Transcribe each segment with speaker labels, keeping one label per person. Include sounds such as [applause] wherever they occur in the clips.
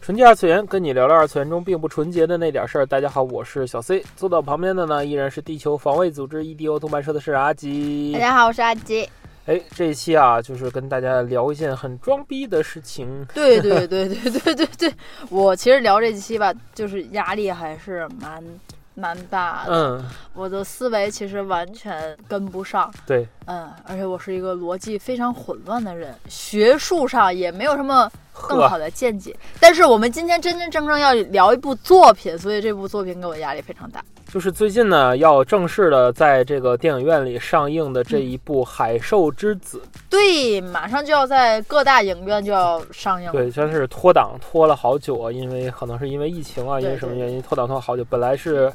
Speaker 1: 纯洁二次元，跟你聊聊二次元中并不纯洁的那点事儿。大家好，我是小 C，坐到旁边的呢依然是地球防卫组织 EDO 动漫社的社长阿吉。
Speaker 2: 大家好，我是阿吉。
Speaker 1: 哎，这一期啊，就是跟大家聊一件很装逼的事情。
Speaker 2: 对对对对对对对，我其实聊这期吧，就是压力还是蛮蛮大的，
Speaker 1: 嗯，
Speaker 2: 我的思维其实完全跟不上。
Speaker 1: 对，
Speaker 2: 嗯，而且我是一个逻辑非常混乱的人，学术上也没有什么更好
Speaker 1: 呵，
Speaker 2: 的见解。但是我们今天真真正正要聊一部作品，所以这部作品给我压力非常大。
Speaker 1: 就是最近呢要正式的在这个电影院里上映的这一部《海兽之子》，
Speaker 2: 对，马上就要在各大影院就要上映了。
Speaker 1: 对，真是拖档拖了好久啊，因为可能是因为疫情啊，
Speaker 2: 对
Speaker 1: 因为什么
Speaker 2: 对
Speaker 1: 原因拖档拖了好久。本来是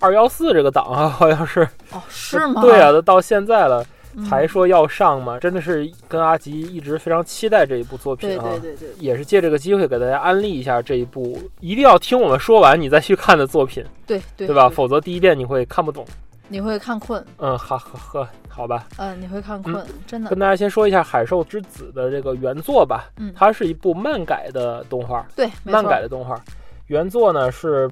Speaker 1: 二幺四这个档啊， [laughs] 好像是
Speaker 2: 哦，是吗？
Speaker 1: 对啊，都到现在了。
Speaker 2: 嗯，
Speaker 1: 才啊说要上嘛，真的是跟阿吉一直非常期待这一部作品
Speaker 2: 对
Speaker 1: 啊。
Speaker 2: 对对对
Speaker 1: 也是借这个机会给大家安利一下这一部，一定要听我们说完你再去看的作品，
Speaker 2: 对对，
Speaker 1: 对吧？否则第一遍你会看不懂。
Speaker 2: 你会看困，
Speaker 1: 嗯，哈呵呵，好吧。
Speaker 2: 嗯、你会看困，真的
Speaker 1: 跟。大家先说一下《海兽之子》的这个原作吧，
Speaker 2: 嗯
Speaker 1: 它是一部漫改的动画，
Speaker 2: 对，没
Speaker 1: 漫
Speaker 2: 错，
Speaker 1: 改的动画，原作呢是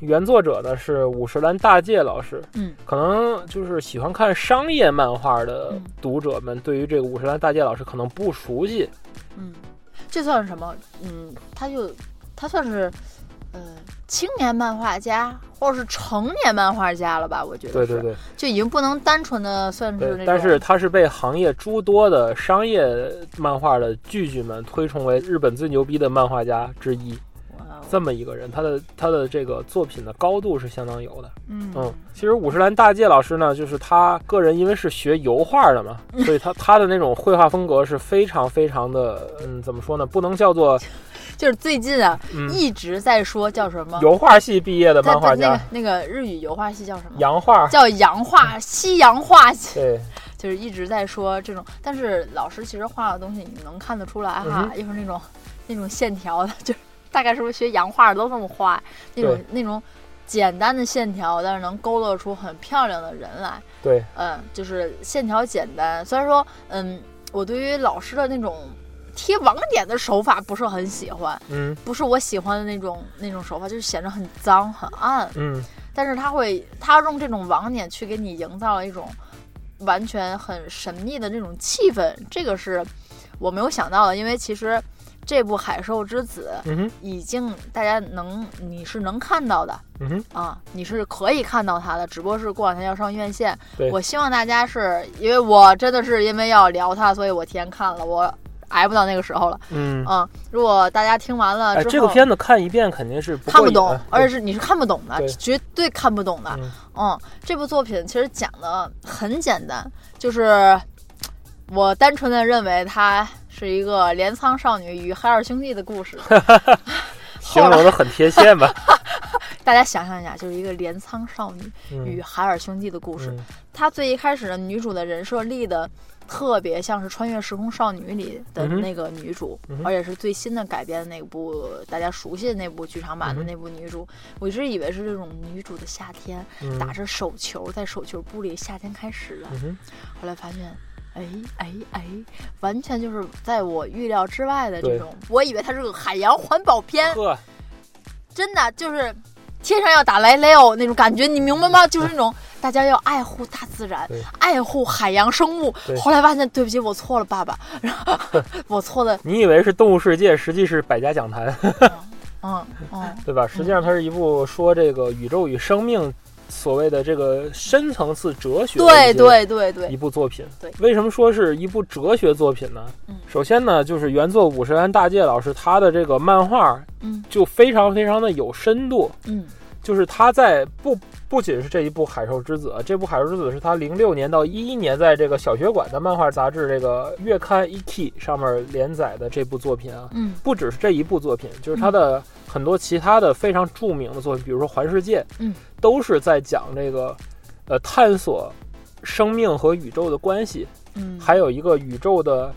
Speaker 1: 原作者呢是五十岚大介老师，
Speaker 2: 嗯，
Speaker 1: 可能就是喜欢看商业漫画的
Speaker 2: 嗯
Speaker 1: 读者们，对于这个五十岚大介老师可能不熟悉，
Speaker 2: 嗯，这算是什么？嗯，他就他算是，呃，青年漫画家或者是成年漫画家了吧？我觉得
Speaker 1: 对
Speaker 2: 是
Speaker 1: 对，对
Speaker 2: 就已经不能单纯的算是那种，
Speaker 1: 对，但是他是被行业诸多的商业漫画的巨巨们推崇为日本最牛逼的漫画家之一，
Speaker 2: 哇哦
Speaker 1: 这么一个人，他的他的这个作品的高度是相当有的。
Speaker 2: 嗯
Speaker 1: 嗯，其实五十岚大介老师呢，就是他个人因为是学油画的嘛，
Speaker 2: 嗯
Speaker 1: 所以他他的那种绘画风格是非常非常的，嗯，怎么说呢？不能叫做
Speaker 2: 就是最近啊、
Speaker 1: 嗯
Speaker 2: 一直在说叫什么，
Speaker 1: 油画系毕业的
Speaker 2: 在
Speaker 1: 漫画
Speaker 2: 那
Speaker 1: 家
Speaker 2: 个，那个日语油画系叫什么？
Speaker 1: 洋画。
Speaker 2: 叫洋画、西洋画系，
Speaker 1: 对，
Speaker 2: 就是一直在说这种，但是老师其实画的东西你能看得出来哈
Speaker 1: 嗯，哼
Speaker 2: 又是那种那种线条的， [laughs] 就是大概是不是学洋画的都这么画，那种
Speaker 1: 对
Speaker 2: 那种简单的线条，但是能勾勒出很漂亮的人来。
Speaker 1: 对，
Speaker 2: 嗯，就是线条简单，虽然说，嗯，我对于老师的那种贴网点的手法不是很喜欢，
Speaker 1: 嗯
Speaker 2: 不是我喜欢的那种那种手法，就是显得很脏很暗。
Speaker 1: 嗯，
Speaker 2: 但是他会，他用这种网点去给你营造了一种完全很神秘的那种气氛，这个是我没有想到的，因为其实这部《海兽之子
Speaker 1: 嗯哼》
Speaker 2: 已经大家能你是能看到的
Speaker 1: 嗯哼，
Speaker 2: 啊，你是可以看到它的，只不过是过两天要上院线
Speaker 1: 对。
Speaker 2: 我希望大家是因为我真的是因为要聊它，所以我提前看了，我挨不到那个时候了。
Speaker 1: 嗯，
Speaker 2: 嗯，如果大家听完了
Speaker 1: 哎，
Speaker 2: 之后，
Speaker 1: 这个片子看一遍肯定是不呃
Speaker 2: 看
Speaker 1: 过
Speaker 2: 不
Speaker 1: 瘾
Speaker 2: 懂
Speaker 1: 的，
Speaker 2: 而且是你是看不懂的
Speaker 1: 对，
Speaker 2: 绝对看不懂的。
Speaker 1: 嗯
Speaker 2: 嗯这部作品其实讲的很简单，就是我单纯的认为它是一个镰仓少女与海尔兄弟的故事。
Speaker 1: [laughs] 形容的很贴切
Speaker 2: [laughs]
Speaker 1: 吧？
Speaker 2: 大家想象一下，就是一个镰仓少女与
Speaker 1: 嗯，
Speaker 2: 海尔兄弟的故事。
Speaker 1: 嗯
Speaker 2: 她最一开始的女主的人设立的特别像是《穿越时空少女》里的
Speaker 1: 嗯哼
Speaker 2: 那个女主，
Speaker 1: 嗯哼
Speaker 2: 而且是最新的改编的那部大家熟悉的那部剧场版的
Speaker 1: 嗯哼
Speaker 2: 那部女主。我一直以为是这种女主的夏天，
Speaker 1: 嗯
Speaker 2: 打着手球，在手球部里夏天开始啊。
Speaker 1: 嗯哼，
Speaker 2: 后来发现。哎哎哎，完全就是在我预料之外的这
Speaker 1: 对
Speaker 2: 种。我以为它是个海洋环保片，
Speaker 1: 呵，
Speaker 2: 真的就是天上要打雷雷欧那种感觉，你明白吗？就是那种大家要爱护大自然
Speaker 1: 对，
Speaker 2: 爱护海洋生物
Speaker 1: 对。
Speaker 2: 后来发现，对不起，我错了，
Speaker 1: [laughs]
Speaker 2: 爸爸，然后我错了，
Speaker 1: 你以为是动物世界，实际是百家讲坛，
Speaker 2: 嗯嗯，
Speaker 1: 对吧？实际上它是一部说这个宇宙与生命所谓的这个深层次哲学的
Speaker 2: 对
Speaker 1: 一些
Speaker 2: 对对对
Speaker 1: 一，部作品。
Speaker 2: 对
Speaker 1: 为什么说是一部哲学作品呢？
Speaker 2: 嗯
Speaker 1: 首先呢，就是原作五十岚大介老师他的这个漫画
Speaker 2: 嗯
Speaker 1: 就非常非常的有深度，
Speaker 2: 嗯
Speaker 1: 就是他在不不仅是这一部《海兽之子》，这部《海兽之子》是他零六年到一一年在这个小学馆的漫画杂志这个月刊《E.T.》上面连载的这部作品啊，
Speaker 2: 嗯
Speaker 1: 不只是这一部作品，就是他的很多其他的非常著名的作品，比如说《环世界》，
Speaker 2: 嗯，
Speaker 1: 都是在讲这个呃探索生命和宇宙的关系，
Speaker 2: 嗯，
Speaker 1: 还有一个宇宙的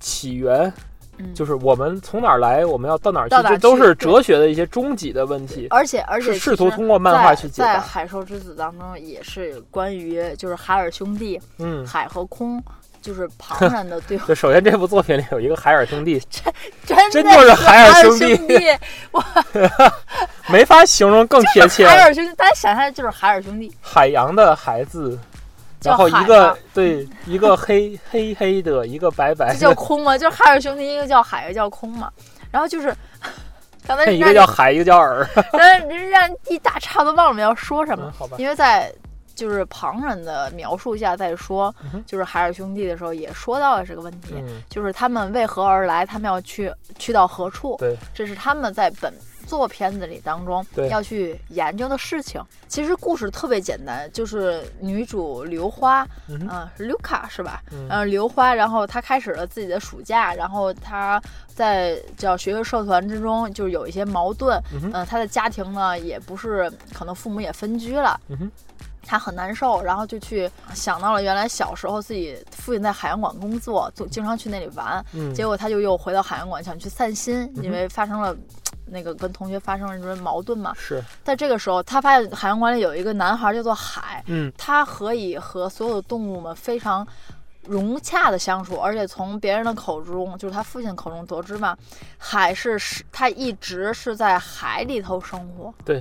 Speaker 1: 起源，
Speaker 2: 嗯
Speaker 1: 就是我们从哪儿来，我们要到哪儿去
Speaker 2: 到，哪儿
Speaker 1: 这都
Speaker 2: 去
Speaker 1: 是
Speaker 2: 对
Speaker 1: 哲学的一些终极的问题，
Speaker 2: 而且而且
Speaker 1: 是
Speaker 2: 其
Speaker 1: 试图
Speaker 2: 实
Speaker 1: 通过漫画
Speaker 2: 在
Speaker 1: 去解
Speaker 2: 在《
Speaker 1: 答。
Speaker 2: 海兽之子》当中，也是关于就是海尔兄弟、
Speaker 1: 嗯，
Speaker 2: 海和空，就是庞然的
Speaker 1: [laughs]
Speaker 2: 对话，
Speaker 1: 就首先这部作品里有一个海尔兄
Speaker 2: [laughs]
Speaker 1: 弟，
Speaker 2: 真
Speaker 1: 真
Speaker 2: 真
Speaker 1: 就是海
Speaker 2: 海
Speaker 1: 尔兄
Speaker 2: 兄
Speaker 1: 弟
Speaker 2: 弟，
Speaker 1: 没法形容更 [laughs] 贴切。
Speaker 2: 海尔兄弟，大家想象就是海尔兄弟，
Speaker 1: 海洋的孩子，
Speaker 2: 叫
Speaker 1: 然后一
Speaker 2: 海
Speaker 1: 个
Speaker 2: 吧
Speaker 1: 对一个黑黑黑的，一个白白
Speaker 2: 这叫
Speaker 1: 的，
Speaker 2: 空嘛，就是海尔兄弟，一个叫海，一个叫空嘛。然后就是，刚
Speaker 1: [laughs]
Speaker 2: 才
Speaker 1: 一个
Speaker 2: 让
Speaker 1: 叫海，一个叫耳。
Speaker 2: 让让一大岔都忘了我们要说什么
Speaker 1: 嗯，， [laughs] 好吧，
Speaker 2: 因为在就是旁人的描述下再说
Speaker 1: 嗯哼，
Speaker 2: 就是海尔兄弟的时候也说到了这个问题，
Speaker 1: 嗯
Speaker 2: 就是他们为何而来，他们要去去到何处，
Speaker 1: 对，
Speaker 2: 这是他们在本作片子里当中
Speaker 1: 对
Speaker 2: 要去研究的事情。其实故事特别简单，就是女主刘花，
Speaker 1: 嗯
Speaker 2: 嗯、
Speaker 1: 哼
Speaker 2: 刘卡是吧？
Speaker 1: 嗯
Speaker 2: 嗯，刘花，然后她开始了自己的暑假，然后她在叫学业社团之中，就是有一些矛盾。
Speaker 1: 嗯哼
Speaker 2: 嗯、她的家庭呢，也不是，可能父母也分居了。
Speaker 1: 嗯哼
Speaker 2: 她很难受，然后就去想到了原来小时候自己父亲在海洋馆工作，总经常去那里玩。
Speaker 1: 嗯，
Speaker 2: 结果她就又回到海洋馆想去散心，
Speaker 1: 哼
Speaker 2: 因为发生了。那个跟同学发生了这种矛盾嘛，
Speaker 1: 是
Speaker 2: 在这个时候，她发现海洋馆里有一个男孩叫做海，
Speaker 1: 嗯
Speaker 2: 它可以和所有的动物们非常融洽的相处，而且从别人的口中，就是他父亲口中得知嘛，海是是它一直是在海里头生活。
Speaker 1: 对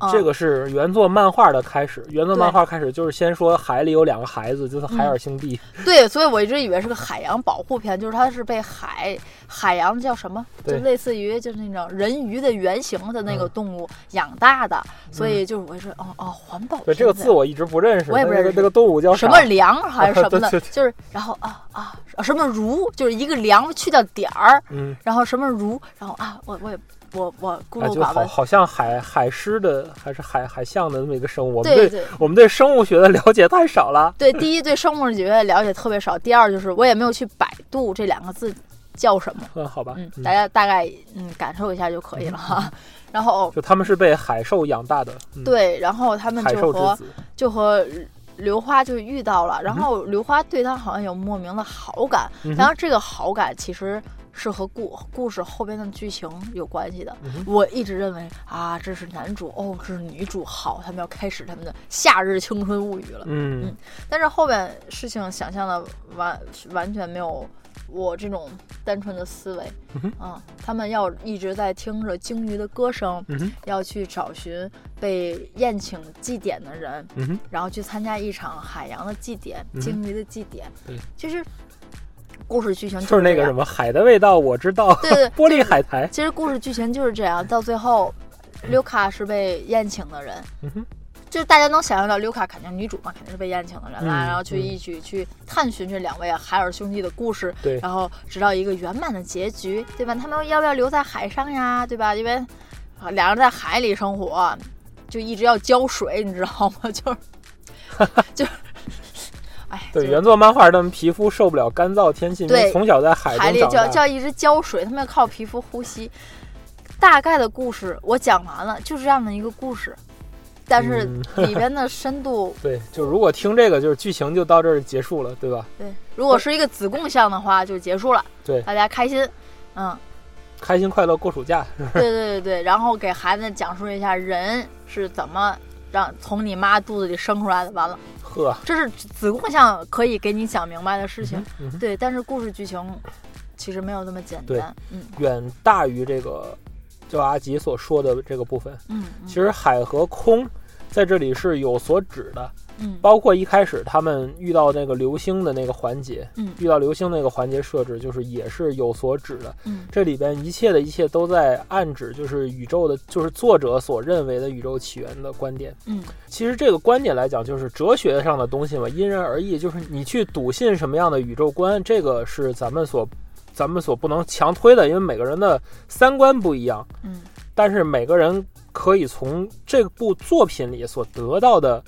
Speaker 2: 嗯，
Speaker 1: 这个是原作漫画的开始。原作
Speaker 2: 对嗯
Speaker 1: 漫画开始就是先说海里有两个孩子，就是海尔兄弟。
Speaker 2: 对，所以我一直以为是个海洋保护片，就是它是被海海洋叫什么，就
Speaker 1: 对
Speaker 2: 类似于就是那种人鱼的原型的那个
Speaker 1: 嗯
Speaker 2: 动物养大的，所以就是我一直哦哦环保
Speaker 1: 对，
Speaker 2: 片子。
Speaker 1: 这个字我一直不认识。
Speaker 2: 我也不
Speaker 1: 那个
Speaker 2: 认识
Speaker 1: 那个动物叫
Speaker 2: 什
Speaker 1: 啥
Speaker 2: 么梁还是什么
Speaker 1: [laughs]
Speaker 2: 的，
Speaker 1: 对对对
Speaker 2: 就是然后啊啊什么如，就是一个梁去掉点儿，
Speaker 1: 嗯，
Speaker 2: 然后什么如，然后啊，我我也我我孤
Speaker 1: 啊，
Speaker 2: 陋
Speaker 1: 就
Speaker 2: 寡
Speaker 1: 好
Speaker 2: 闻，
Speaker 1: 好像海海狮的还是海海象的那么一个生物。我们
Speaker 2: 对对
Speaker 1: 我们对生物学的了解太少了。
Speaker 2: 对，第一对生物学了解特别少，第二就是我也没有去百度这两个字叫什么，
Speaker 1: 嗯，好吧，
Speaker 2: 嗯，大家大概嗯感受一下就可以了哈。 [laughs] 然后
Speaker 1: 就他们是被海兽养大的，嗯、
Speaker 2: 对，然后他们
Speaker 1: 海
Speaker 2: 就
Speaker 1: 兽
Speaker 2: 和
Speaker 1: 之子，嗯
Speaker 2: 就和刘花就遇到了，然后刘花对他好像有莫名的好感，
Speaker 1: 嗯哼
Speaker 2: 然后这个好感其实是和故故事后边的剧情有关系的。
Speaker 1: 嗯哼
Speaker 2: 我一直认为啊，这是男主，哦，这是女主，好，他们要开始他们的夏日青春物语了。
Speaker 1: 嗯
Speaker 2: 嗯但是后边事情想象的完完全没有我这种单纯的思维，
Speaker 1: 嗯哼
Speaker 2: 嗯，他们要一直在听着鲸鱼的歌声，
Speaker 1: 嗯哼
Speaker 2: 要去找寻被宴请祭典的人，
Speaker 1: 嗯哼，
Speaker 2: 然后去参加一场海洋的祭典
Speaker 1: 嗯、哼
Speaker 2: 鲸鱼的祭典。
Speaker 1: 对
Speaker 2: 其实故事剧情
Speaker 1: 就是那个什
Speaker 2: 么，
Speaker 1: 么海的味道，我知 [laughs] 道，
Speaker 2: 对嗯对，
Speaker 1: 玻璃海苔，
Speaker 2: 其实故事剧情就是这样。到最后，刘卡是被宴请的人，
Speaker 1: 嗯哼，
Speaker 2: 就是大家能想象到刘卡肯定女主嘛，肯定是被宴请的人
Speaker 1: 嗯
Speaker 2: 啦，然后去
Speaker 1: 嗯
Speaker 2: 一起去探寻这两位海尔兄弟的故事，
Speaker 1: 对
Speaker 2: 然后直到一个圆满的结局，对吧？他们要不要留在海上呀？对吧？因为啊两人在海里生活，就一直要浇水，你知道吗？ [laughs] 就是就是， [laughs] 哎，
Speaker 1: 对，
Speaker 2: 就是
Speaker 1: 原作漫画他们皮肤受不了干燥天气，因为
Speaker 2: 对
Speaker 1: 从小在海
Speaker 2: 海里
Speaker 1: 中
Speaker 2: 就要
Speaker 1: 长
Speaker 2: 就
Speaker 1: 大，
Speaker 2: 要一直浇水，他们要靠皮肤呼吸。大概的故事我讲完了，就是这样的一个故事，但是
Speaker 1: 嗯
Speaker 2: 里边的
Speaker 1: [laughs]
Speaker 2: 深度，
Speaker 1: 对，就如果听这个，就是剧情就到这儿结束了，对吧？
Speaker 2: 对，如果是一个子贡像的话就结束了，
Speaker 1: 对
Speaker 2: 大家
Speaker 1: [laughs]
Speaker 2: 开心，嗯，
Speaker 1: 开心快乐过暑假，
Speaker 2: 对对对对，然后给孩子讲述一下人是怎么让从你妈肚子里生出来的，完了，
Speaker 1: 呵，
Speaker 2: 这是子贡像可以给你讲明白的事情，
Speaker 1: 嗯哼，
Speaker 2: 对，但是故事剧情其实没有那么简
Speaker 1: 对
Speaker 2: 单，嗯
Speaker 1: 远大于这个，就阿吉所说的这个部分。
Speaker 2: 嗯
Speaker 1: 其实海和空在这里是有所指的，
Speaker 2: 嗯嗯
Speaker 1: 包括一开始他们遇到那个流星的那个环节，
Speaker 2: 嗯
Speaker 1: 遇到流星那个环节设置，就是也是有所指的。
Speaker 2: 嗯
Speaker 1: 这里边一切的一切都在暗指，就是宇宙的，就是作者所认为的宇宙起源的观点。
Speaker 2: 嗯，
Speaker 1: 其实这个观点来讲，就是哲学上的东西嘛，因人而异。就是你去笃信什么样的宇宙观，这个是咱们所咱们所不能强推的，因为每个人的三观不一样。
Speaker 2: 嗯，
Speaker 1: 但是每个人可以从这部作品里所得到的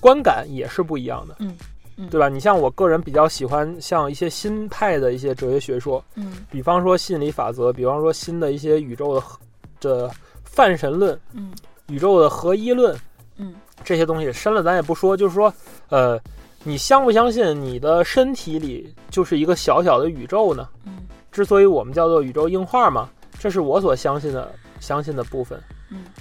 Speaker 1: 观感也是不一样的，
Speaker 2: 嗯嗯
Speaker 1: 对吧？你像我个人比较喜欢像一些新派的一些哲学学说，
Speaker 2: 嗯
Speaker 1: 比方说吸引力法则，比方说新的一些宇宙的合这泛神论、
Speaker 2: 嗯
Speaker 1: 宇宙的合一论
Speaker 2: 嗯
Speaker 1: 这些东西，深了咱也不说，就是说，呃，你相不相信你的身体里就是一个小小的宇宙呢？
Speaker 2: 嗯
Speaker 1: 之所以我们叫做宇宙硬化嘛，这是我所相信的相信的部分。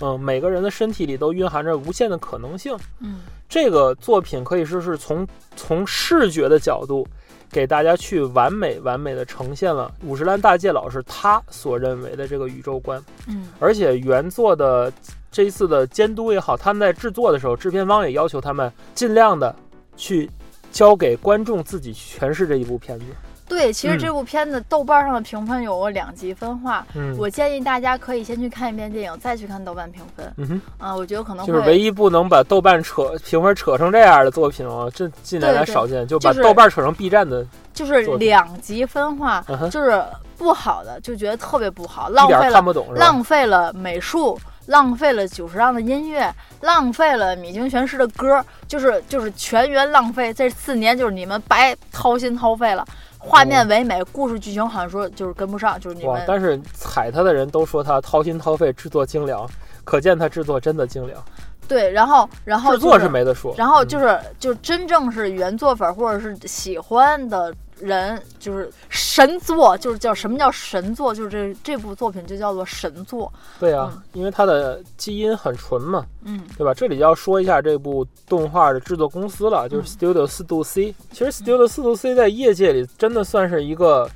Speaker 2: 嗯
Speaker 1: 每个人的身体里都蕴含着无限的可能性。
Speaker 2: 嗯
Speaker 1: 这个作品可以说是从从视觉的角度，给大家去完美完美的呈现了五十岚大介老师他所认为的这个宇宙观。
Speaker 2: 嗯
Speaker 1: 而且原作的这一次的监督也好，他们在制作的时候，制片方也要求他们尽量的去交给观众自己去诠释这一部片子。
Speaker 2: 对，其实
Speaker 1: 嗯
Speaker 2: 这部片子豆瓣上的评分有过两极分化，
Speaker 1: 嗯，
Speaker 2: 我建议大家可以先去看一遍电影，再去看豆瓣评分。
Speaker 1: 嗯哼，
Speaker 2: 啊，我觉得可能
Speaker 1: 就是唯
Speaker 2: 会
Speaker 1: 一不能把豆瓣扯评分扯成这样的作品哦，这近年来
Speaker 2: 对对
Speaker 1: 少见，就把
Speaker 2: 就是
Speaker 1: 豆瓣扯成 B 站的，
Speaker 2: 就是
Speaker 1: 作品
Speaker 2: 两极分化，
Speaker 1: 嗯哼，
Speaker 2: 就是不好的就觉得特别不好，浪
Speaker 1: 一点
Speaker 2: 费
Speaker 1: 儿
Speaker 2: 了
Speaker 1: 看不懂是吧？
Speaker 2: 浪费了美术，浪费了久石让的音乐，浪费了米津玄师的歌，就是就是全员浪费。这四年就是你们白掏心掏肺了，画面唯美，故事剧情好像说就是跟不上，就是你
Speaker 1: 哦哇！
Speaker 2: 们
Speaker 1: 但是踩他的人都说他掏心掏肺，制作精良，可见他制作真的精良，
Speaker 2: 对，然后然后、
Speaker 1: 制
Speaker 2: 就是、
Speaker 1: 作是没得说。
Speaker 2: 然后
Speaker 1: 嗯
Speaker 2: 就是就真正是原作粉或者是喜欢的人，就是神作，就是叫什么叫神作，就是这这部作品就叫做神作，
Speaker 1: 对啊，因为他的基因很纯嘛，
Speaker 2: 嗯
Speaker 1: 对吧？这里要说一下这部动画的制作公司了，就是 Studio 四度 C。其实 Studio 四度 C 在业界里真的算是一个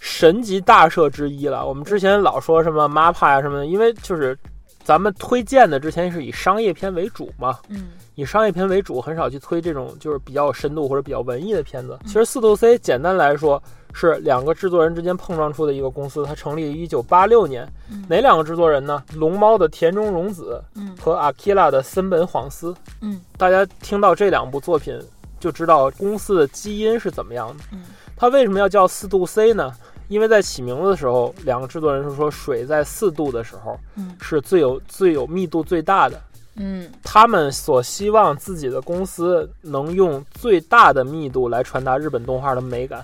Speaker 1: 神级大社之一了。我们之前老说什么 MAPPA 呀、什么的，因为就是咱们推荐的之前是以商业片为主嘛，
Speaker 2: 嗯
Speaker 1: 以商业片为主，很少去推这种就是比较有深度或者比较文艺的片子。其实四度 C 简单来说是两个制作人之间碰撞出的一个公司，它成立于一九八六年。
Speaker 2: 嗯
Speaker 1: 哪两个制作人呢？龙猫的田中荣子
Speaker 2: 嗯
Speaker 1: 和 Akira 的森本晃司。
Speaker 2: 嗯，
Speaker 1: 大家听到这两部作品就知道公司的基因是怎么样的。
Speaker 2: 嗯，
Speaker 1: 它为什么要叫四度 C 呢？因为在起名字的时候，两个制作人是说水在四度的时候
Speaker 2: 嗯
Speaker 1: 是最有最有密度最大的。
Speaker 2: 嗯
Speaker 1: 他们所希望自己的公司能用最大的密度来传达日本动画的美感，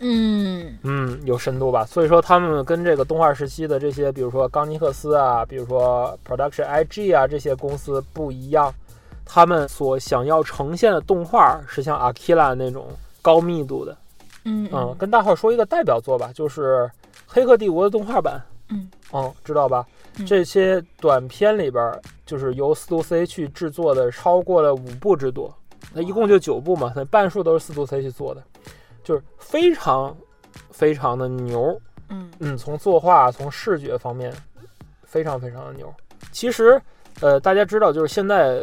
Speaker 2: 嗯
Speaker 1: 嗯，有深度吧。所以说他们跟这个动画时期的这些，比如说冈尼克斯啊，比如说 Production IG 啊这些公司不一样，他们所想要呈现的动画是像 Akira 那种高密度的。
Speaker 2: 嗯
Speaker 1: 嗯，跟大伙儿说一个代表作吧，就是《黑客帝国》的动画版。
Speaker 2: 嗯，
Speaker 1: 哦，知道吧？
Speaker 2: 嗯
Speaker 1: 这些短片里边儿，就是由四度 C 去制作的，超过了五部之多。那一共就九部嘛，那半数都是四度 C 去做的，就是非常非常的牛。
Speaker 2: 嗯
Speaker 1: 嗯，从作画、从视觉方面，非常非常的牛。其实，呃，大家知道，就是现在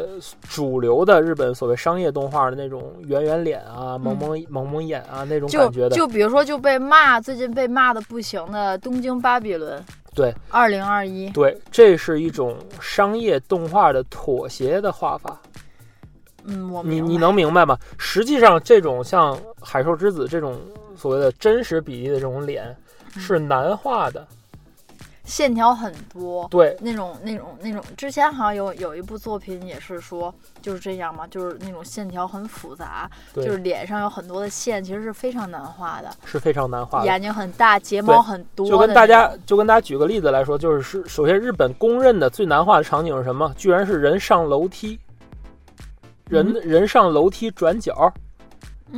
Speaker 1: 主流的日本所谓商业动画的那种圆圆脸啊、萌萌萌萌眼啊那种
Speaker 2: 嗯就
Speaker 1: 感觉的，
Speaker 2: 就比如说，就被骂，最近被骂的不行的《东京巴比伦》，
Speaker 1: 对，
Speaker 2: 二零二一，
Speaker 1: 对，这是一种商业动画的妥协的画法。
Speaker 2: 嗯，我
Speaker 1: 你
Speaker 2: 明白
Speaker 1: 你能明白吗？实际上，这种像《海兽之子》这种所谓的真实比例的这种脸
Speaker 2: 嗯
Speaker 1: 是难画的。
Speaker 2: 线条很多，
Speaker 1: 对，
Speaker 2: 那种那种那种，之前好像有有一部作品也是说就是这样嘛，就是那种线条很复杂，
Speaker 1: 对
Speaker 2: 就是脸上有很多的线，其实是非常难画的，
Speaker 1: 是非常难画的。
Speaker 2: 眼睛很大，睫毛很多的
Speaker 1: 就
Speaker 2: 那种，
Speaker 1: 跟大家就跟大家举个例子来说，就是是首先日本公认的最难画的场景是什么？居然是人上楼梯，人、人上楼梯转角，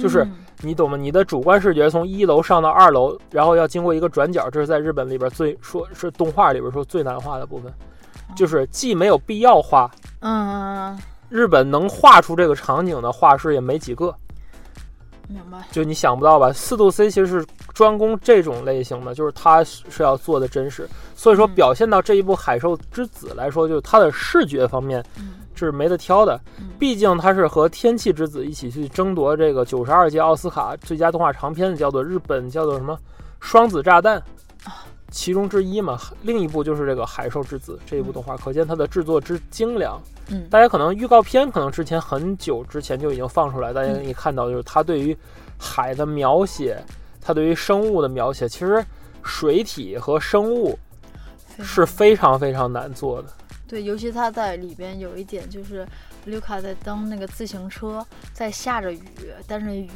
Speaker 1: 就是
Speaker 2: 嗯
Speaker 1: 你懂吗？你的主观视觉从一楼上到二楼，然后要经过一个转角，这是在日本里边最说是动画里边说最难画的部分，
Speaker 2: 哦
Speaker 1: 就是既没有必要画，
Speaker 2: 嗯，嗯
Speaker 1: 日本能画出这个场景的画师也没几个，
Speaker 2: 嗯明白，
Speaker 1: 就你想不到吧？四度 C 其实是专攻这种类型的，就是它是要做的真实，所以说
Speaker 2: 嗯
Speaker 1: 表现到这一部《海兽之子》来说，就是它的视觉方面
Speaker 2: 嗯
Speaker 1: 是没得挑的
Speaker 2: 嗯，
Speaker 1: 毕竟它是和《天气之子》一起去争夺这个九十二届奥斯卡最佳动画长片的，叫做日本叫做什么“双子炸弹”
Speaker 2: 啊
Speaker 1: 其中之一嘛。另一部就是这个《海兽之子》这一部动画，可见它的制作之精良。
Speaker 2: 嗯
Speaker 1: 大家可能预告片可能之前很久之前就已经放出来，大家
Speaker 2: 嗯
Speaker 1: 可以看到，就是它对于海的描写，它对于生物的描写，其实水体和生物
Speaker 2: 非常
Speaker 1: 是非常非常难做的。
Speaker 2: 对，尤其他在里边有一点就是，卢卡在蹬那个自行车，在下着雨，但是雨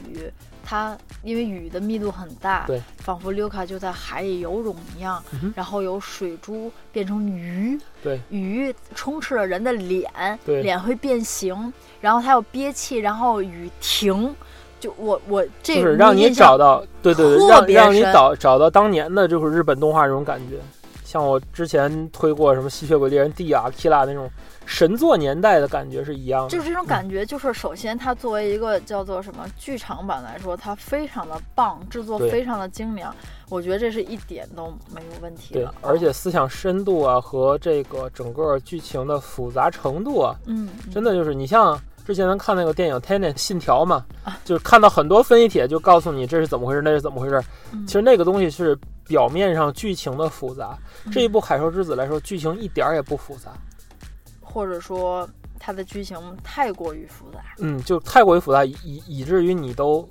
Speaker 2: 它因为雨的密度很大，
Speaker 1: 对，
Speaker 2: 仿佛卢卡就在海里游泳一样，
Speaker 1: 嗯哼
Speaker 2: 然后有水珠变成鱼，
Speaker 1: 对，
Speaker 2: 鱼充斥了人的脸，
Speaker 1: 对
Speaker 2: 脸会变形，然后它要憋气，然后雨停，就我我这
Speaker 1: 就是
Speaker 2: 幕
Speaker 1: 让你
Speaker 2: 印象
Speaker 1: 找到，对对对，
Speaker 2: 特
Speaker 1: 让
Speaker 2: 别
Speaker 1: 让你
Speaker 2: 深
Speaker 1: 找找到当年的就是日本动画这种感觉。像我之前推过什么《吸血鬼猎人 D》啊、《Kira》那种神作年代的感觉是一样的。
Speaker 2: 就是这种感觉，就是首先它作为一个叫做什么剧场版来说，它非常的棒，制作
Speaker 1: 对
Speaker 2: 非常的精良，我觉得这是一点都没有问题
Speaker 1: 对
Speaker 2: 的。，
Speaker 1: 而且思想深度啊和这个整个剧情的复杂程度啊，
Speaker 2: 嗯，
Speaker 1: 真
Speaker 2: 的
Speaker 1: 的就是你像之前咱看那个电影《Tenet》信条嘛，
Speaker 2: 啊
Speaker 1: 就是看到很多分析帖就告诉你这是怎么回事，那是怎么回事。
Speaker 2: 嗯
Speaker 1: 其实那个东西是表面上剧情的复杂，
Speaker 2: 嗯
Speaker 1: 这一部《海兽之子》来说，剧情一点儿也不复杂。
Speaker 2: 或者说它的剧情太过于复杂，
Speaker 1: 嗯，就太过于复杂，以以以至于你都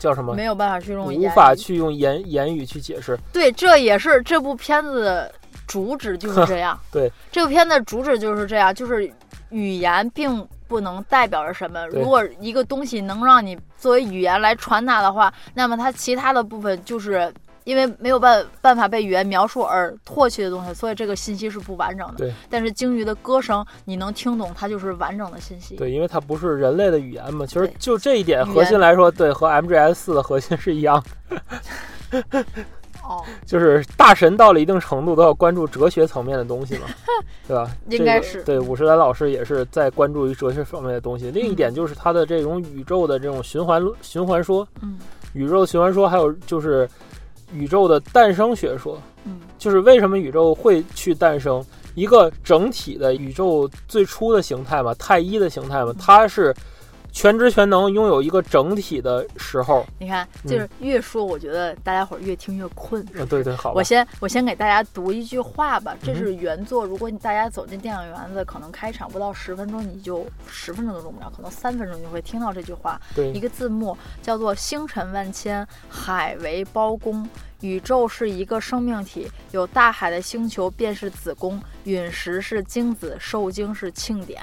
Speaker 1: 叫什么
Speaker 2: 没，有办法去用
Speaker 1: 无
Speaker 2: 言
Speaker 1: 法
Speaker 2: 语
Speaker 1: 去用言言语去解释。。
Speaker 2: 对，这也是这部片子的主旨就是这样
Speaker 1: [laughs] 对，
Speaker 2: 这部片子的主旨就是这样，就是语言并不能代表着什么。
Speaker 1: 对
Speaker 2: 如果一个东西能让你作为语言来传达的话，那么它其他的部分就是。因为没有办办法被语言描述而唾弃的东西，所以这个信息是不完整的。
Speaker 1: 对，
Speaker 2: 但是鲸鱼的歌声你能听懂，它就是完整的信息。
Speaker 1: 对，因为它不是人类的语言嘛，其实
Speaker 2: 对
Speaker 1: 就这一点
Speaker 2: 语
Speaker 1: 核心
Speaker 2: 言
Speaker 1: 来说，对，和 MGS 四的核心是一样，
Speaker 2: 哦，
Speaker 1: 就是大神到了一定程度都要关注哲学层面的东西
Speaker 2: [laughs]
Speaker 1: 嘛，对吧？
Speaker 2: 应
Speaker 1: 这
Speaker 2: 该
Speaker 1: 个
Speaker 2: 是
Speaker 1: 对，五十岚老师也是在关注于哲学方面的东西。另一
Speaker 2: 嗯
Speaker 1: 点就是他的这种宇宙的这种循环循环说，
Speaker 2: 嗯
Speaker 1: 宇宙循环说，还有就是宇宙的诞生学说，
Speaker 2: 嗯
Speaker 1: 就是为什么宇宙会去诞生一个整体的宇宙最初的形态嘛，太一的形态嘛，它是全知全能拥有一个整体的时候。
Speaker 2: 你看，
Speaker 1: 嗯
Speaker 2: 就是越说，我觉得大家伙儿越听越困。
Speaker 1: 呃，对对，好吧嗯
Speaker 2: 我，先我先给大家读一句话吧，这是原作。如果你大家走进电影院子，可能开场不到十分钟，你就十分钟都用不了，可能三分钟就会听到这句话。一
Speaker 1: 对，
Speaker 2: 个字幕叫做“星辰万千，海为包公”。宇宙是一个生命体，有大海的星球便是子宫，陨石是精子，受精是庆典。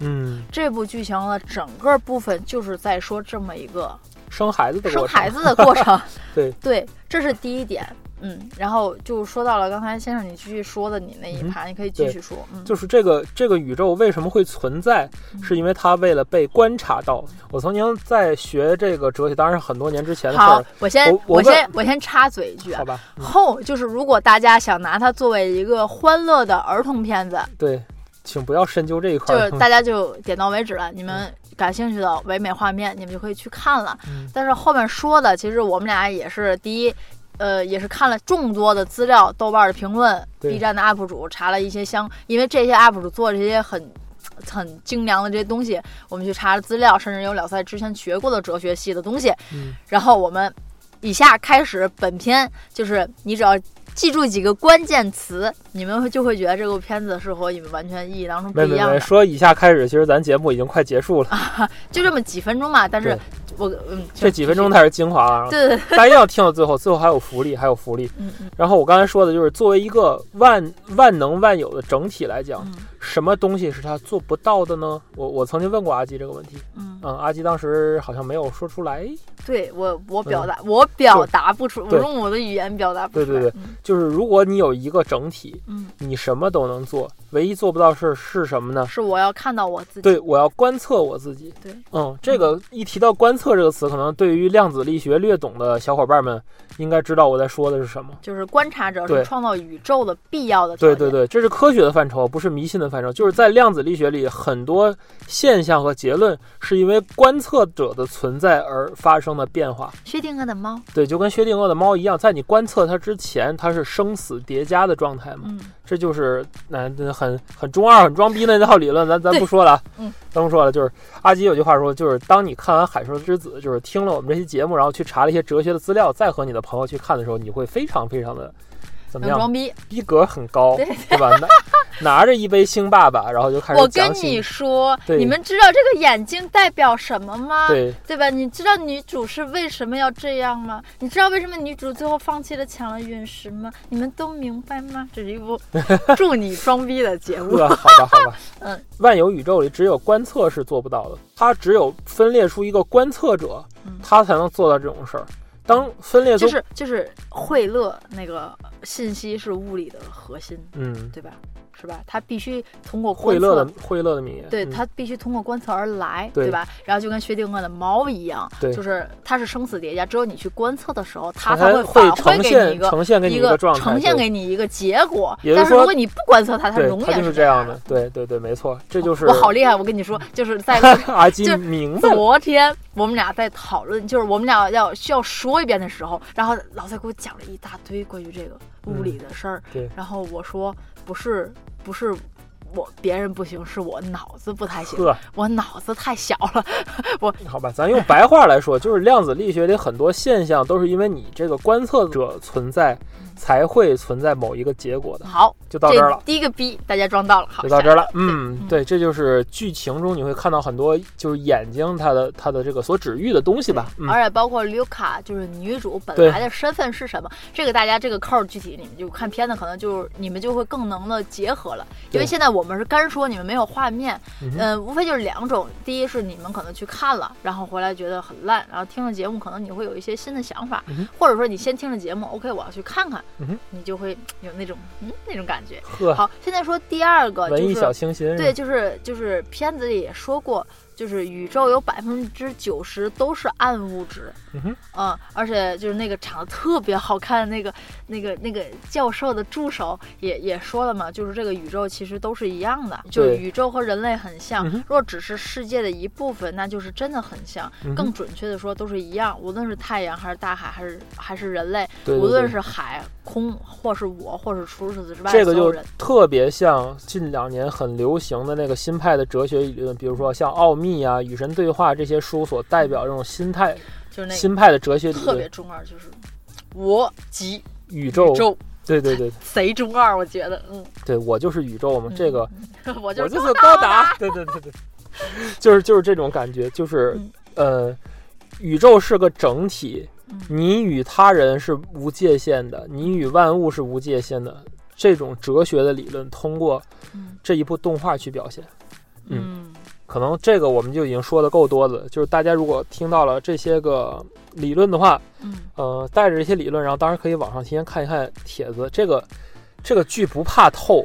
Speaker 1: 嗯，
Speaker 2: 这部剧情呢，整个部分就是在说这么一个
Speaker 1: 生孩子的
Speaker 2: 生
Speaker 1: 过程。
Speaker 2: 孩，子的过程
Speaker 1: [laughs] 对
Speaker 2: 这是第一点。嗯，然后就说到了刚才先生你继续说的你那一盘，你可以继续说。嗯，
Speaker 1: 就是这个这个宇宙为什么会存在，是因为它为了被观察到。我曾经在学这个哲学，当然是很多年之前的事
Speaker 2: 好
Speaker 1: 儿，，
Speaker 2: 我先
Speaker 1: 我我问
Speaker 2: 先我先插嘴一句啊
Speaker 1: 好，吧？嗯
Speaker 2: 后就是如果大家想拿它作为一个欢乐的儿童片子，
Speaker 1: 对，请不要深究这一块
Speaker 2: 就
Speaker 1: 儿。嗯
Speaker 2: 是大家就点到为止了。你们感兴趣的唯美画面，你们就可以去看了。
Speaker 1: 嗯
Speaker 2: 但是后面说的，其实我们俩也是第一，呃，也是看了众多的资料、豆瓣的评论、
Speaker 1: 对
Speaker 2: B 站的 UP 主，查了一些相，因为这些 UP 主做这些很。很精良的这些东西，我们去查了资料，甚至有老赛之前学过的哲学系的东西。
Speaker 1: 嗯
Speaker 2: 然后我们以下开始本片，就是你只要记住几个关键词，你们会就会觉得这部片子是和你们完全意义当中不
Speaker 1: 没
Speaker 2: 一
Speaker 1: 没
Speaker 2: 样
Speaker 1: 没，
Speaker 2: 的。啊
Speaker 1: 说以下开始，其实咱节目已经快结束了，
Speaker 2: 就这么几分钟嘛，但是
Speaker 1: 对
Speaker 2: 我嗯，
Speaker 1: 这几分钟才是精华啊。
Speaker 2: 对对对，
Speaker 1: 大家一定要听到最后，最后还有福利，还有福利。
Speaker 2: 嗯嗯
Speaker 1: 然后我刚才说的就是，作为一个万万能万有的整体来讲，
Speaker 2: 嗯
Speaker 1: 什么东西是他做不到的呢？我我曾经问过阿基这个问题，
Speaker 2: 嗯，
Speaker 1: 嗯，阿基当时好像没有说出来。
Speaker 2: 对我我表达、我表达不出，我
Speaker 1: 嗯对
Speaker 2: 用我的语言表达不
Speaker 1: 对
Speaker 2: 出来。
Speaker 1: 对对，就是如果你有一个整体，
Speaker 2: 嗯
Speaker 1: 你什么都能做，唯一做不到是是什么呢
Speaker 2: 嗯，？是我要看到我自己。
Speaker 1: 对，我要观测我自己。
Speaker 2: 对，
Speaker 1: 嗯，这个一提到观测这个词，可能对于量子力学略懂的小伙伴们应该知道我在说的是什么。
Speaker 2: 就是观察者
Speaker 1: 对
Speaker 2: 是创造宇宙的必要的条
Speaker 1: 对
Speaker 2: 件。
Speaker 1: 对对，这是科学的范畴，不是迷信的范畴。就是在量子力学里，很多现象和结论是因为观测者的存在而发生的变化。
Speaker 2: 薛定谔的猫，
Speaker 1: 对，就跟薛定谔的猫一样，在你观测它之前，它是生死叠加的状态嘛。
Speaker 2: 嗯，
Speaker 1: 这就是那、那很很中二、很装逼的那套理论，咱咱不说了啊。
Speaker 2: 对嗯
Speaker 1: 咱不说了。就是阿基有句话说，就是当你看完《海兽之子》，就是听了我们这期节目，然后去查了一些哲学的资料，再和你的朋友去看的时候，你会非常非常的怎么
Speaker 2: 能
Speaker 1: 样？
Speaker 2: 装逼。 [laughs]
Speaker 1: 逼格很高，
Speaker 2: 对
Speaker 1: 吧？那拿着一杯星爸爸，然后就开始
Speaker 2: 我
Speaker 1: 讲
Speaker 2: 跟你
Speaker 1: 起。
Speaker 2: 说，
Speaker 1: 对
Speaker 2: 你们知道这个眼睛代表什么吗？
Speaker 1: 对，
Speaker 2: 吧？你知道女主是为什么要这样吗？你知道为什么女主最后放弃了抢了陨石吗？你们都明白吗？这是一
Speaker 1: [laughs]
Speaker 2: 部助你装逼的节目。
Speaker 1: 呃，好吧，好吧，
Speaker 2: [laughs] 嗯，
Speaker 1: 万有宇宙里只有观测是做不到的，它只有分裂出一个观测者
Speaker 2: 嗯，
Speaker 1: 他才能做到这种事儿。当分裂出，
Speaker 2: 就是就是惠勒那个信息是物理的核心，
Speaker 1: 嗯，
Speaker 2: 对吧？是吧？它必须通过观
Speaker 1: 惠勒
Speaker 2: 测
Speaker 1: 的惠勒的名言，
Speaker 2: 对，
Speaker 1: 嗯
Speaker 2: 它必须通过观测而来，
Speaker 1: 对
Speaker 2: 吧？然后就跟薛定谔的猫一样，
Speaker 1: 对
Speaker 2: 就是它是生死叠加，只有你去观测的时候，它
Speaker 1: 它
Speaker 2: 才
Speaker 1: 会
Speaker 2: 返
Speaker 1: 呈
Speaker 2: 回给你一
Speaker 1: 现
Speaker 2: 个
Speaker 1: 呈现给你
Speaker 2: 一
Speaker 1: 个状态，
Speaker 2: 呈现
Speaker 1: 对
Speaker 2: 给你一个结果。
Speaker 1: 也就是
Speaker 2: 但是
Speaker 1: 说
Speaker 2: 如果你不观测它，它
Speaker 1: 对
Speaker 2: 永，
Speaker 1: 它
Speaker 2: 远
Speaker 1: 就是
Speaker 2: 这
Speaker 1: 这样
Speaker 2: 的啊
Speaker 1: 的。，对对对，没错，这就是
Speaker 2: 我
Speaker 1: [laughs]
Speaker 2: 好厉害！我跟你说，就是在
Speaker 1: 阿基
Speaker 2: 就是
Speaker 1: 明白了，
Speaker 2: 昨天我们俩在讨论，就是我们俩要需要说一遍的时候，然后老蔡给我讲了一大堆关于这个物理的事儿、
Speaker 1: 嗯对
Speaker 2: 然后我说不是不是我别人不行，是我脑子不太行，
Speaker 1: 呵，
Speaker 2: 我脑子太小了。
Speaker 1: [laughs] 好吧，咱用白话来说，就是量子力学里很多现象都是因为你这个观测者存在，
Speaker 2: 嗯
Speaker 1: 才会存在某一个结果的。
Speaker 2: 好，
Speaker 1: 就到这儿了，
Speaker 2: 第一个逼大家装到了，好，
Speaker 1: 就到这儿
Speaker 2: 下一
Speaker 1: 了
Speaker 2: 嗯个。
Speaker 1: 嗯，
Speaker 2: 嗯
Speaker 1: 对，这就是剧情中你会看到很多就是眼睛它的它的这个所指喻的东西吧。嗯，
Speaker 2: 而且包括刘卡，就是女主本
Speaker 1: 对
Speaker 2: 来的身份是什么？这个大家这个扣儿具体你们就看片子，可能就是你们就会更能的结合了。因为
Speaker 1: 对
Speaker 2: 现在我们是干说，你们没有画面，
Speaker 1: 嗯哼
Speaker 2: 嗯、无非就是两种：第一是你们可能去看了，然后回来觉得很烂，然后听了节目，可能你会有一些新的想法，
Speaker 1: 嗯哼
Speaker 2: 或者说你先听了节目，OK，我要去看看，
Speaker 1: 嗯哼
Speaker 2: 你就会有那种嗯那种感觉。
Speaker 1: 呵，
Speaker 2: 好，现在说第二个
Speaker 1: 文
Speaker 2: 就
Speaker 1: 艺
Speaker 2: 是
Speaker 1: 小清新，
Speaker 2: 对，，就是就是片子里也说过，就是宇宙有百分之九十都是暗物质。
Speaker 1: 嗯哼
Speaker 2: 嗯，而且就是那个长得特别好看的那个、那个、那个教授的助手也也说了嘛，就是这个宇宙其实都是一样的，就是
Speaker 1: 对
Speaker 2: 宇宙和人类很像
Speaker 1: 嗯哼。
Speaker 2: 若只是世界的一部分，那就是真的很像。
Speaker 1: 嗯哼
Speaker 2: 更准确的说，都是一样，无论是太阳还是大海，还是还是人类，
Speaker 1: 对对
Speaker 2: 无论
Speaker 1: 对
Speaker 2: 是海空，或是我，或是除此之外
Speaker 1: 这
Speaker 2: 的
Speaker 1: 个
Speaker 2: 所
Speaker 1: 就
Speaker 2: 有人。
Speaker 1: 特别像近两年很流行的那个新派的哲学理论，比如说像《奥秘》啊、《与神对话》这些书所代表这种心态、
Speaker 2: 就是嗯那个
Speaker 1: 新派的哲学理
Speaker 2: 特别
Speaker 1: 论。
Speaker 2: 中二，就是我即
Speaker 1: 宇宙，
Speaker 2: 宇宙
Speaker 1: 对对对
Speaker 2: 贼中二，我觉得，嗯，
Speaker 1: 对，我就是宇宙嘛，这个
Speaker 2: [laughs] 我就
Speaker 1: 我就是是
Speaker 2: 高
Speaker 1: 高达，对对
Speaker 2: [laughs]
Speaker 1: 对对，就是就是这种感觉，就是呃，宇宙是个整体
Speaker 2: 嗯，
Speaker 1: 你与他人是无界限的，你与万物是无界限的。这种哲学的理论通过
Speaker 2: 嗯
Speaker 1: 这一部动画去表现。
Speaker 2: 嗯
Speaker 1: 可能这个我们就已经说的够多了，就是大家如果听到了这些个理论的话，
Speaker 2: 嗯，
Speaker 1: 呃，带着这些理论，然后当然可以网上提前看一看帖子。这个这个剧不怕透，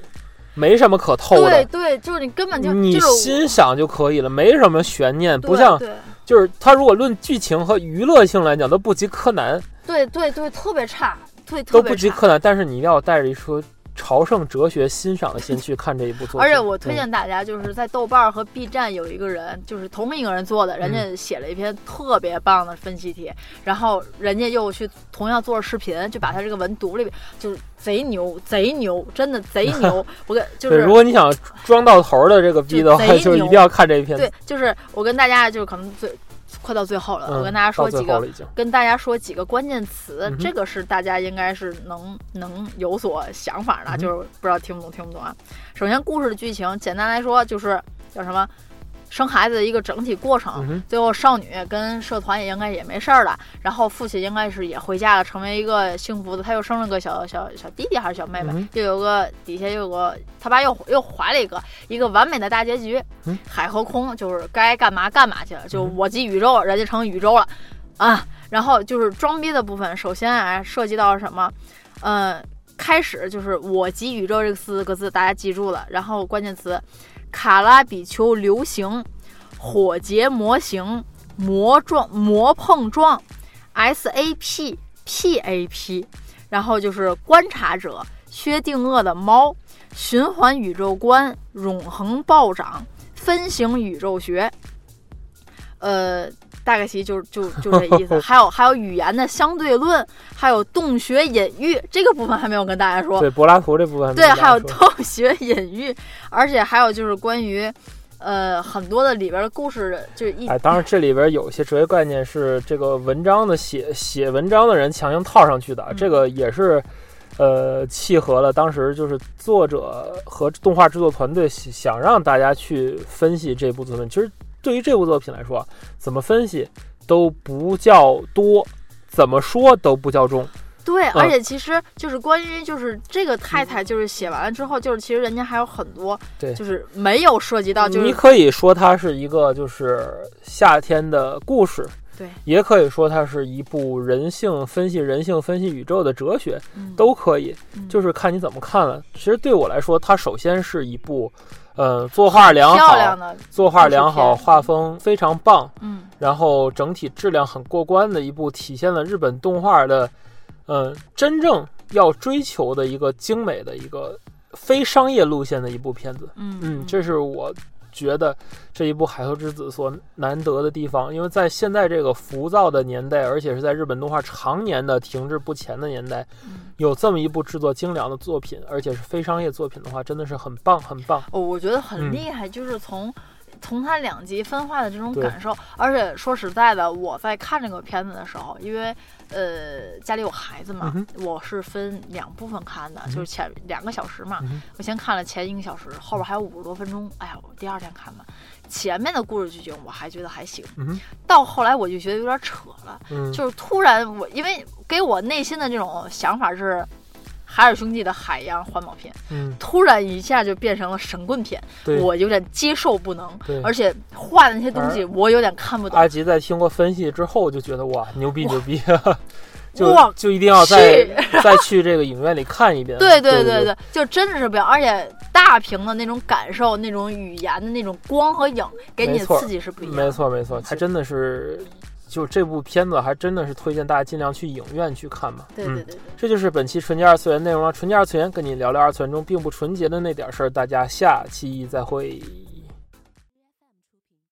Speaker 1: 没什么可透
Speaker 2: 对
Speaker 1: 的，
Speaker 2: 对，就是你根本就
Speaker 1: 你
Speaker 2: 就是我
Speaker 1: 欣赏就可以了，没什么悬念，
Speaker 2: 对
Speaker 1: 不像
Speaker 2: 对
Speaker 1: 就是它如果论剧情和娱乐性来讲，都不及柯南，
Speaker 2: 对对对，特别差，对特
Speaker 1: 都不
Speaker 2: 别
Speaker 1: 及
Speaker 2: 差。
Speaker 1: 柯南，但是你一定要带着一颗朝圣哲学欣赏的心去看这一部作品。
Speaker 2: 而且我
Speaker 1: 嗯，
Speaker 2: 推荐大家，就是在豆瓣儿和 B 站有一个人，就是同一个人做的，人
Speaker 1: 嗯
Speaker 2: 家写了一篇特别棒的分析题，然后人家又去同样做了视频，就把他这个文读了一遍，就是贼牛，贼牛，真的贼
Speaker 1: [laughs]
Speaker 2: 牛。我跟就
Speaker 1: 对，
Speaker 2: 是
Speaker 1: 如果你想装到头儿的这个逼的话，
Speaker 2: 就贼
Speaker 1: 就是一
Speaker 2: 牛
Speaker 1: 定要看这一篇。
Speaker 2: 对，就是我跟大家就是可能最快到最后了，
Speaker 1: 嗯
Speaker 2: 我跟大家说
Speaker 1: 到最
Speaker 2: 几
Speaker 1: 后
Speaker 2: 个
Speaker 1: 了，已经。
Speaker 2: 跟大家说几个关键词，
Speaker 1: 嗯哼
Speaker 2: 这个是大家应该是能能有所想法的，
Speaker 1: 嗯哼
Speaker 2: 就是不知道听不懂听不懂啊。首先，故事的剧情简单来说就是叫什么，生孩子的一个整体过程。
Speaker 1: 嗯哼，
Speaker 2: 最后，少女跟社团也应该也没事儿了，然后父亲应该是也回家了，成为一个幸福的。他又生了个小小小弟弟还是小妹妹，
Speaker 1: 嗯哼
Speaker 2: 又有个底下又有个他爸又又怀了一个，一个完美的大结局。
Speaker 1: 嗯
Speaker 2: 海和空就是该干嘛干嘛去了，就我即宇宙，人家成宇宙了啊。然后就是装逼的部分，首先啊涉及到什么，嗯、开始就是“我即宇宙”这四个字，大家记住了。然后关键词：卡拉比丘流行、火结模型、魔撞、魔碰撞、SAP、PAP，然后就是观察者、薛定谔的猫、循环宇宙观、永恒暴涨、分形宇宙学。呃，大概其就就就这意思。还有还有语言的相对论，还有洞穴隐喻这个部分还没有跟大家说。
Speaker 1: 对柏拉图这部分，
Speaker 2: 对，还有
Speaker 1: 对
Speaker 2: 洞穴隐喻，而且还有就是关于，呃，很多的里边的故事，就是一、
Speaker 1: 哎，当然这里边有一些哲学概念是这个文章的写写文章的人强行套上去的，
Speaker 2: 嗯
Speaker 1: 这个也是呃，契合了当时就是作者和动画制作团队想想让大家去分析这部作品。其实对于这部作品来说啊，怎么分析都不叫多，怎么说都不叫重。
Speaker 2: 对，
Speaker 1: 嗯
Speaker 2: 而且其实就是关于就是这个太太，就是写完了之后，就是其实人家还有很多，
Speaker 1: 对嗯
Speaker 2: 就是没有涉及到，就
Speaker 1: 你
Speaker 2: 是
Speaker 1: 可以说它是一个就是夏天的故事，
Speaker 2: 对，
Speaker 1: 也可以说它是一部人性分析人性分析宇宙的哲学，
Speaker 2: 嗯
Speaker 1: 都可以，就是看你怎么看了。其实对我来说，它首先是一部，呃，作画良好，
Speaker 2: 漂亮的，
Speaker 1: 作画良好，
Speaker 2: 故事片
Speaker 1: 画风非常棒，
Speaker 2: 嗯，
Speaker 1: 然后整体质量很过关的一部，体现了日本动画的，呃，真正要追求的一个精美的一个非商业路线的一部片子。
Speaker 2: 嗯
Speaker 1: 嗯，这是我觉得这一部《海河之子》所难得的地方，因为在现在这个浮躁的年代，而且是在日本动画常年的停滞不前的年代，有这么一部制作精良的作品，而且是非商业作品的话，真的是很棒，很棒。
Speaker 2: 哦，我觉得
Speaker 1: 嗯
Speaker 2: 很厉害，就是从从它两极分化的这种
Speaker 1: 对
Speaker 2: 感受。而且说实在的，我在看这个片子的时候，因为呃家里有孩子嘛，
Speaker 1: 嗯
Speaker 2: 我是分两部分看的，
Speaker 1: 哼
Speaker 2: 就是前两个小时嘛，
Speaker 1: 嗯哼
Speaker 2: 我先看了前一个小时，后边还有五十多分钟。哎呀，我第二天看的。前面的故事剧情我还觉得还行，
Speaker 1: 嗯哼
Speaker 2: 到后来我就觉得有点扯了，
Speaker 1: 嗯，
Speaker 2: 就是突然我因为给我内心的这种想法是，海尔兄弟的海洋环保片，
Speaker 1: 嗯，
Speaker 2: 突然一下就变成了神棍片，
Speaker 1: 对。
Speaker 2: 我有点接受不能
Speaker 1: 对，
Speaker 2: 而且画的那些东西我有点看不懂。
Speaker 1: 阿吉在经过分析之后，就觉得哇，牛逼牛逼， [laughs] 就
Speaker 2: 哇
Speaker 1: 就一定要再
Speaker 2: 去
Speaker 1: 再去这个影院里看一遍。
Speaker 2: 对
Speaker 1: 对
Speaker 2: 对对
Speaker 1: 对，
Speaker 2: 对，就真的是不一样，而且大屏的那种感受、那种语言的那种光和影给你
Speaker 1: 没
Speaker 2: 的
Speaker 1: 错
Speaker 2: 刺激是不一样的。
Speaker 1: 没错没错，还真的是，就这部片子还真的是推荐大家尽量去影院去看嘛。
Speaker 2: 对
Speaker 1: 嗯
Speaker 2: 对对对，
Speaker 1: 这就是本期纯洁二次元内容了。纯洁二次元跟你聊聊二次元中并不纯洁的那点事儿，大家下期再会。